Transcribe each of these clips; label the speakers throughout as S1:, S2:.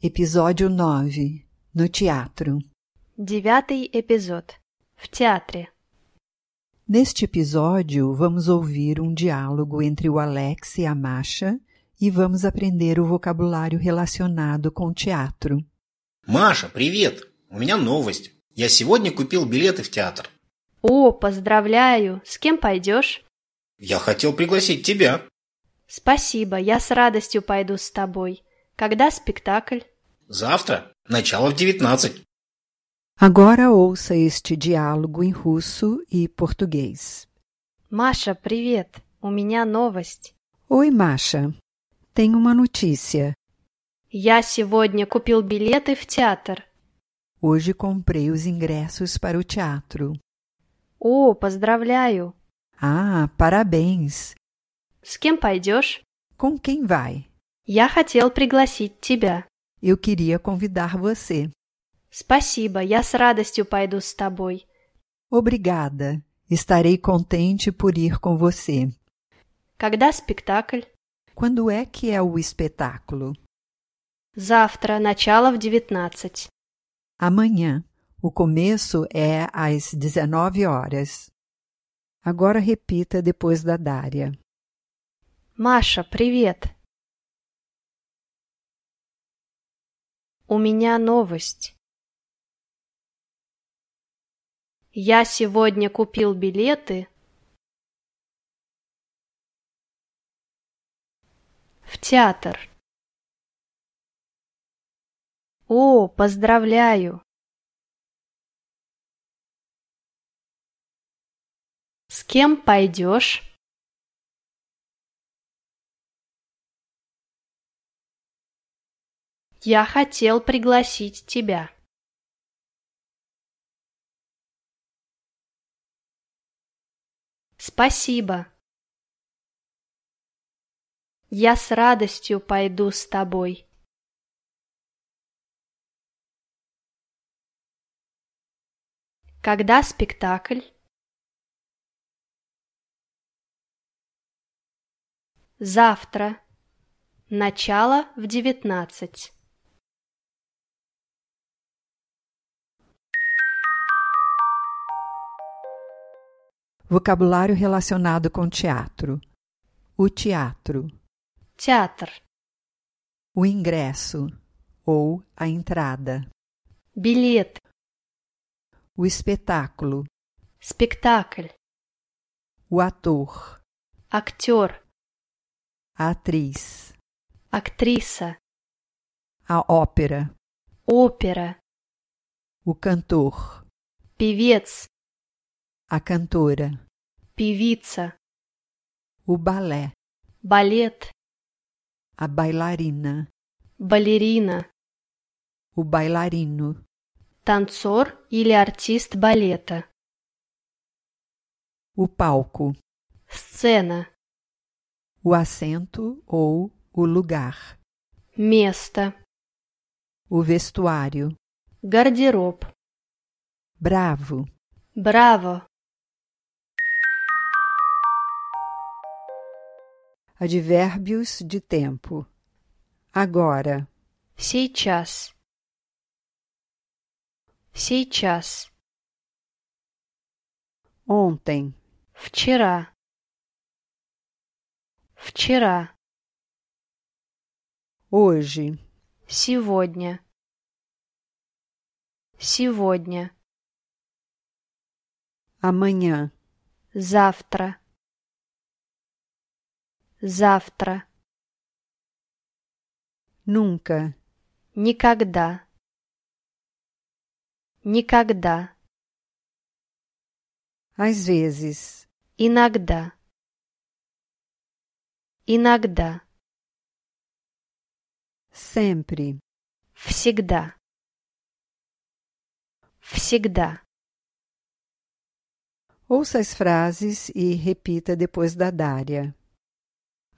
S1: Эпизодию 9. No teatro.
S2: Девятый эпизод. В театре.
S1: Neste episódio, vamos ouvir um diálogo entre o Alex e a Masha e vamos aprender o vocabulário relacionado com teatro.
S3: Маша, привет! У меня новость. Я сегодня купил билеты в театр.
S2: О, поздравляю! С кем пойдешь?
S3: Я хотел пригласить тебя.
S2: Спасибо, я с радостью пойду с тобой. Когда спектакль?
S3: Завтра. Начало в 19.
S1: Agora ouça este diálogo em russo e português.
S2: Маша, привет! У меня новость.
S1: Oi, Masha. Tenho uma notícia.
S2: Я сегодня купил билеты в театр.
S1: Hoje comprei os ingressos para o teatro.
S2: О, поздравляю!
S1: Ah, parabéns!
S2: С кем пойдешь?
S1: Com quem vai?
S2: Я хотел пригласить тебя.
S1: Eu queria convidar você.
S2: Спасибо, я с радостью пойду с тобой.
S1: Obrigada. Estarei contente por ir com você.
S2: Когда спектакль?
S1: Quando é que é o espetáculo?
S2: Завтра, начало в девятнадцать.
S1: Amanhã. O começo é às 19 horas. Agora repita depois da Dária.
S2: Маша, привет! У меня новость. Я сегодня купил билеты в театр. О, поздравляю! С кем пойдешь? Я хотел пригласить тебя. Спасибо. Я с радостью пойду с тобой. Когда спектакль? Завтра. Начало в девятнадцать.
S1: Vocabulário relacionado com teatro. O teatro,
S2: Театр.
S1: o ingresso ou a entrada,
S2: Билет.
S1: o espetáculo,
S2: Спектакль.
S1: o ator,
S2: Актер.
S1: a atriz,
S2: Актриса.
S1: a ópera,
S2: Опера.
S1: o cantor,
S2: Певец.
S1: a cantora,
S2: Певица.
S1: o balé,
S2: Балет.
S1: a bailarina,
S2: Балерина.
S1: o bailarino,
S2: Танцор или артист балета.
S1: o palco,
S2: Сцена.
S1: o assento ou o lugar,
S2: Место.
S1: o vestuário,
S2: Гардероб.
S1: bravo,
S2: Браво.
S1: advérbios de tempo. Agora.
S2: Сейчас. Сейчас.
S1: Ontem,
S2: Вчера. Вчера.
S1: hoje,
S2: Сегодня. Сегодня.
S1: amanhã,
S2: Завтра. Завтра.
S1: nunca,
S2: Никогда. Никогда.
S1: às vezes,
S2: Иногда. Иногда.
S1: sempre,
S2: Всегда. Всегда.
S1: ouça as frases e repita depois da Dária.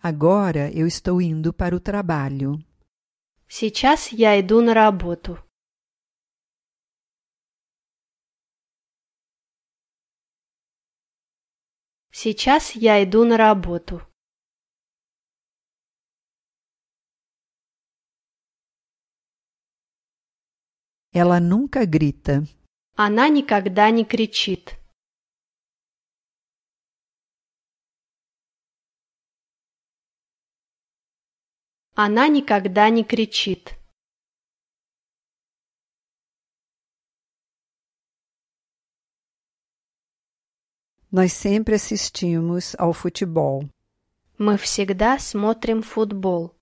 S1: Agora eu estou indo para o trabalho.
S2: Сейчас я иду на работу. Сейчас я иду на работу.
S1: Ela нunca grita.
S2: Она никогда не кричит. Она никогда не кричит.
S1: Nós sempre assistimos ao futebol.
S2: Мы всегда смотрим футбол.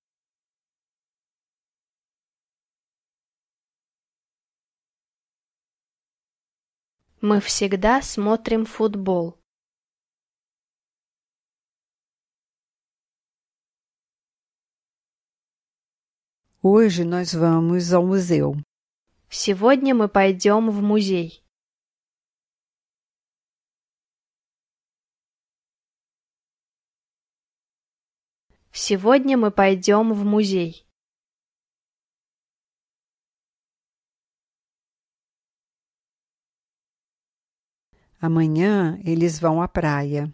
S2: Мы всегда смотрим футбол.
S1: Hoje nós vamos ao museu.
S2: Сегодня мы пойдем в музей. Сегодня мы пойдем в музей.
S1: Amanhã eles vão à praia.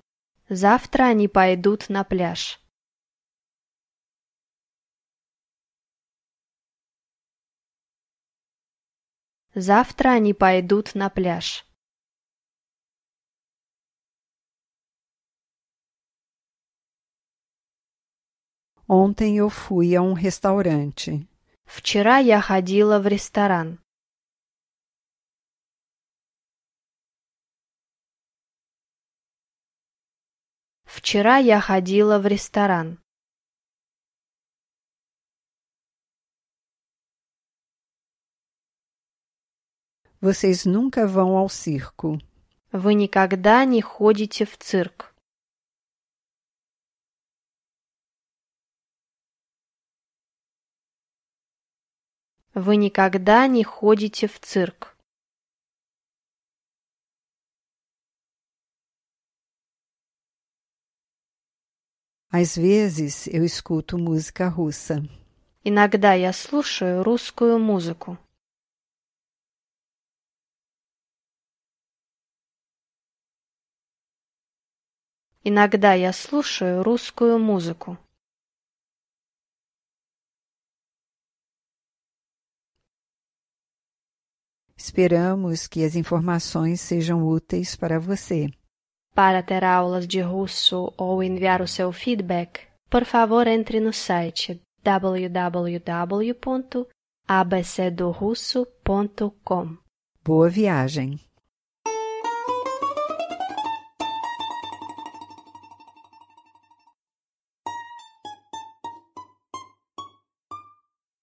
S2: Завтра они пойдут на пляж. Завтра они пойдут на пляж.
S1: Ontem eu fui a um restaurante.
S2: Вчера я ходила в ресторан. Вчера я ходила в ресторан.
S1: Vocês nunca vão ao circo.
S2: Вы никогда не ходите в цирк. Вы никогда не ходите в цирк.
S1: Às vezes eu escuto música russa.
S2: Иногда я слушаю русскую музыку. Иногда я слушаю русскую музыку.
S1: Esperamos que as informações sejam úteis para você.
S2: Para ter aulas de russo ou enviar o seu feedback, por favor entre no site www.abcdorusso.com.
S1: Boa viagem!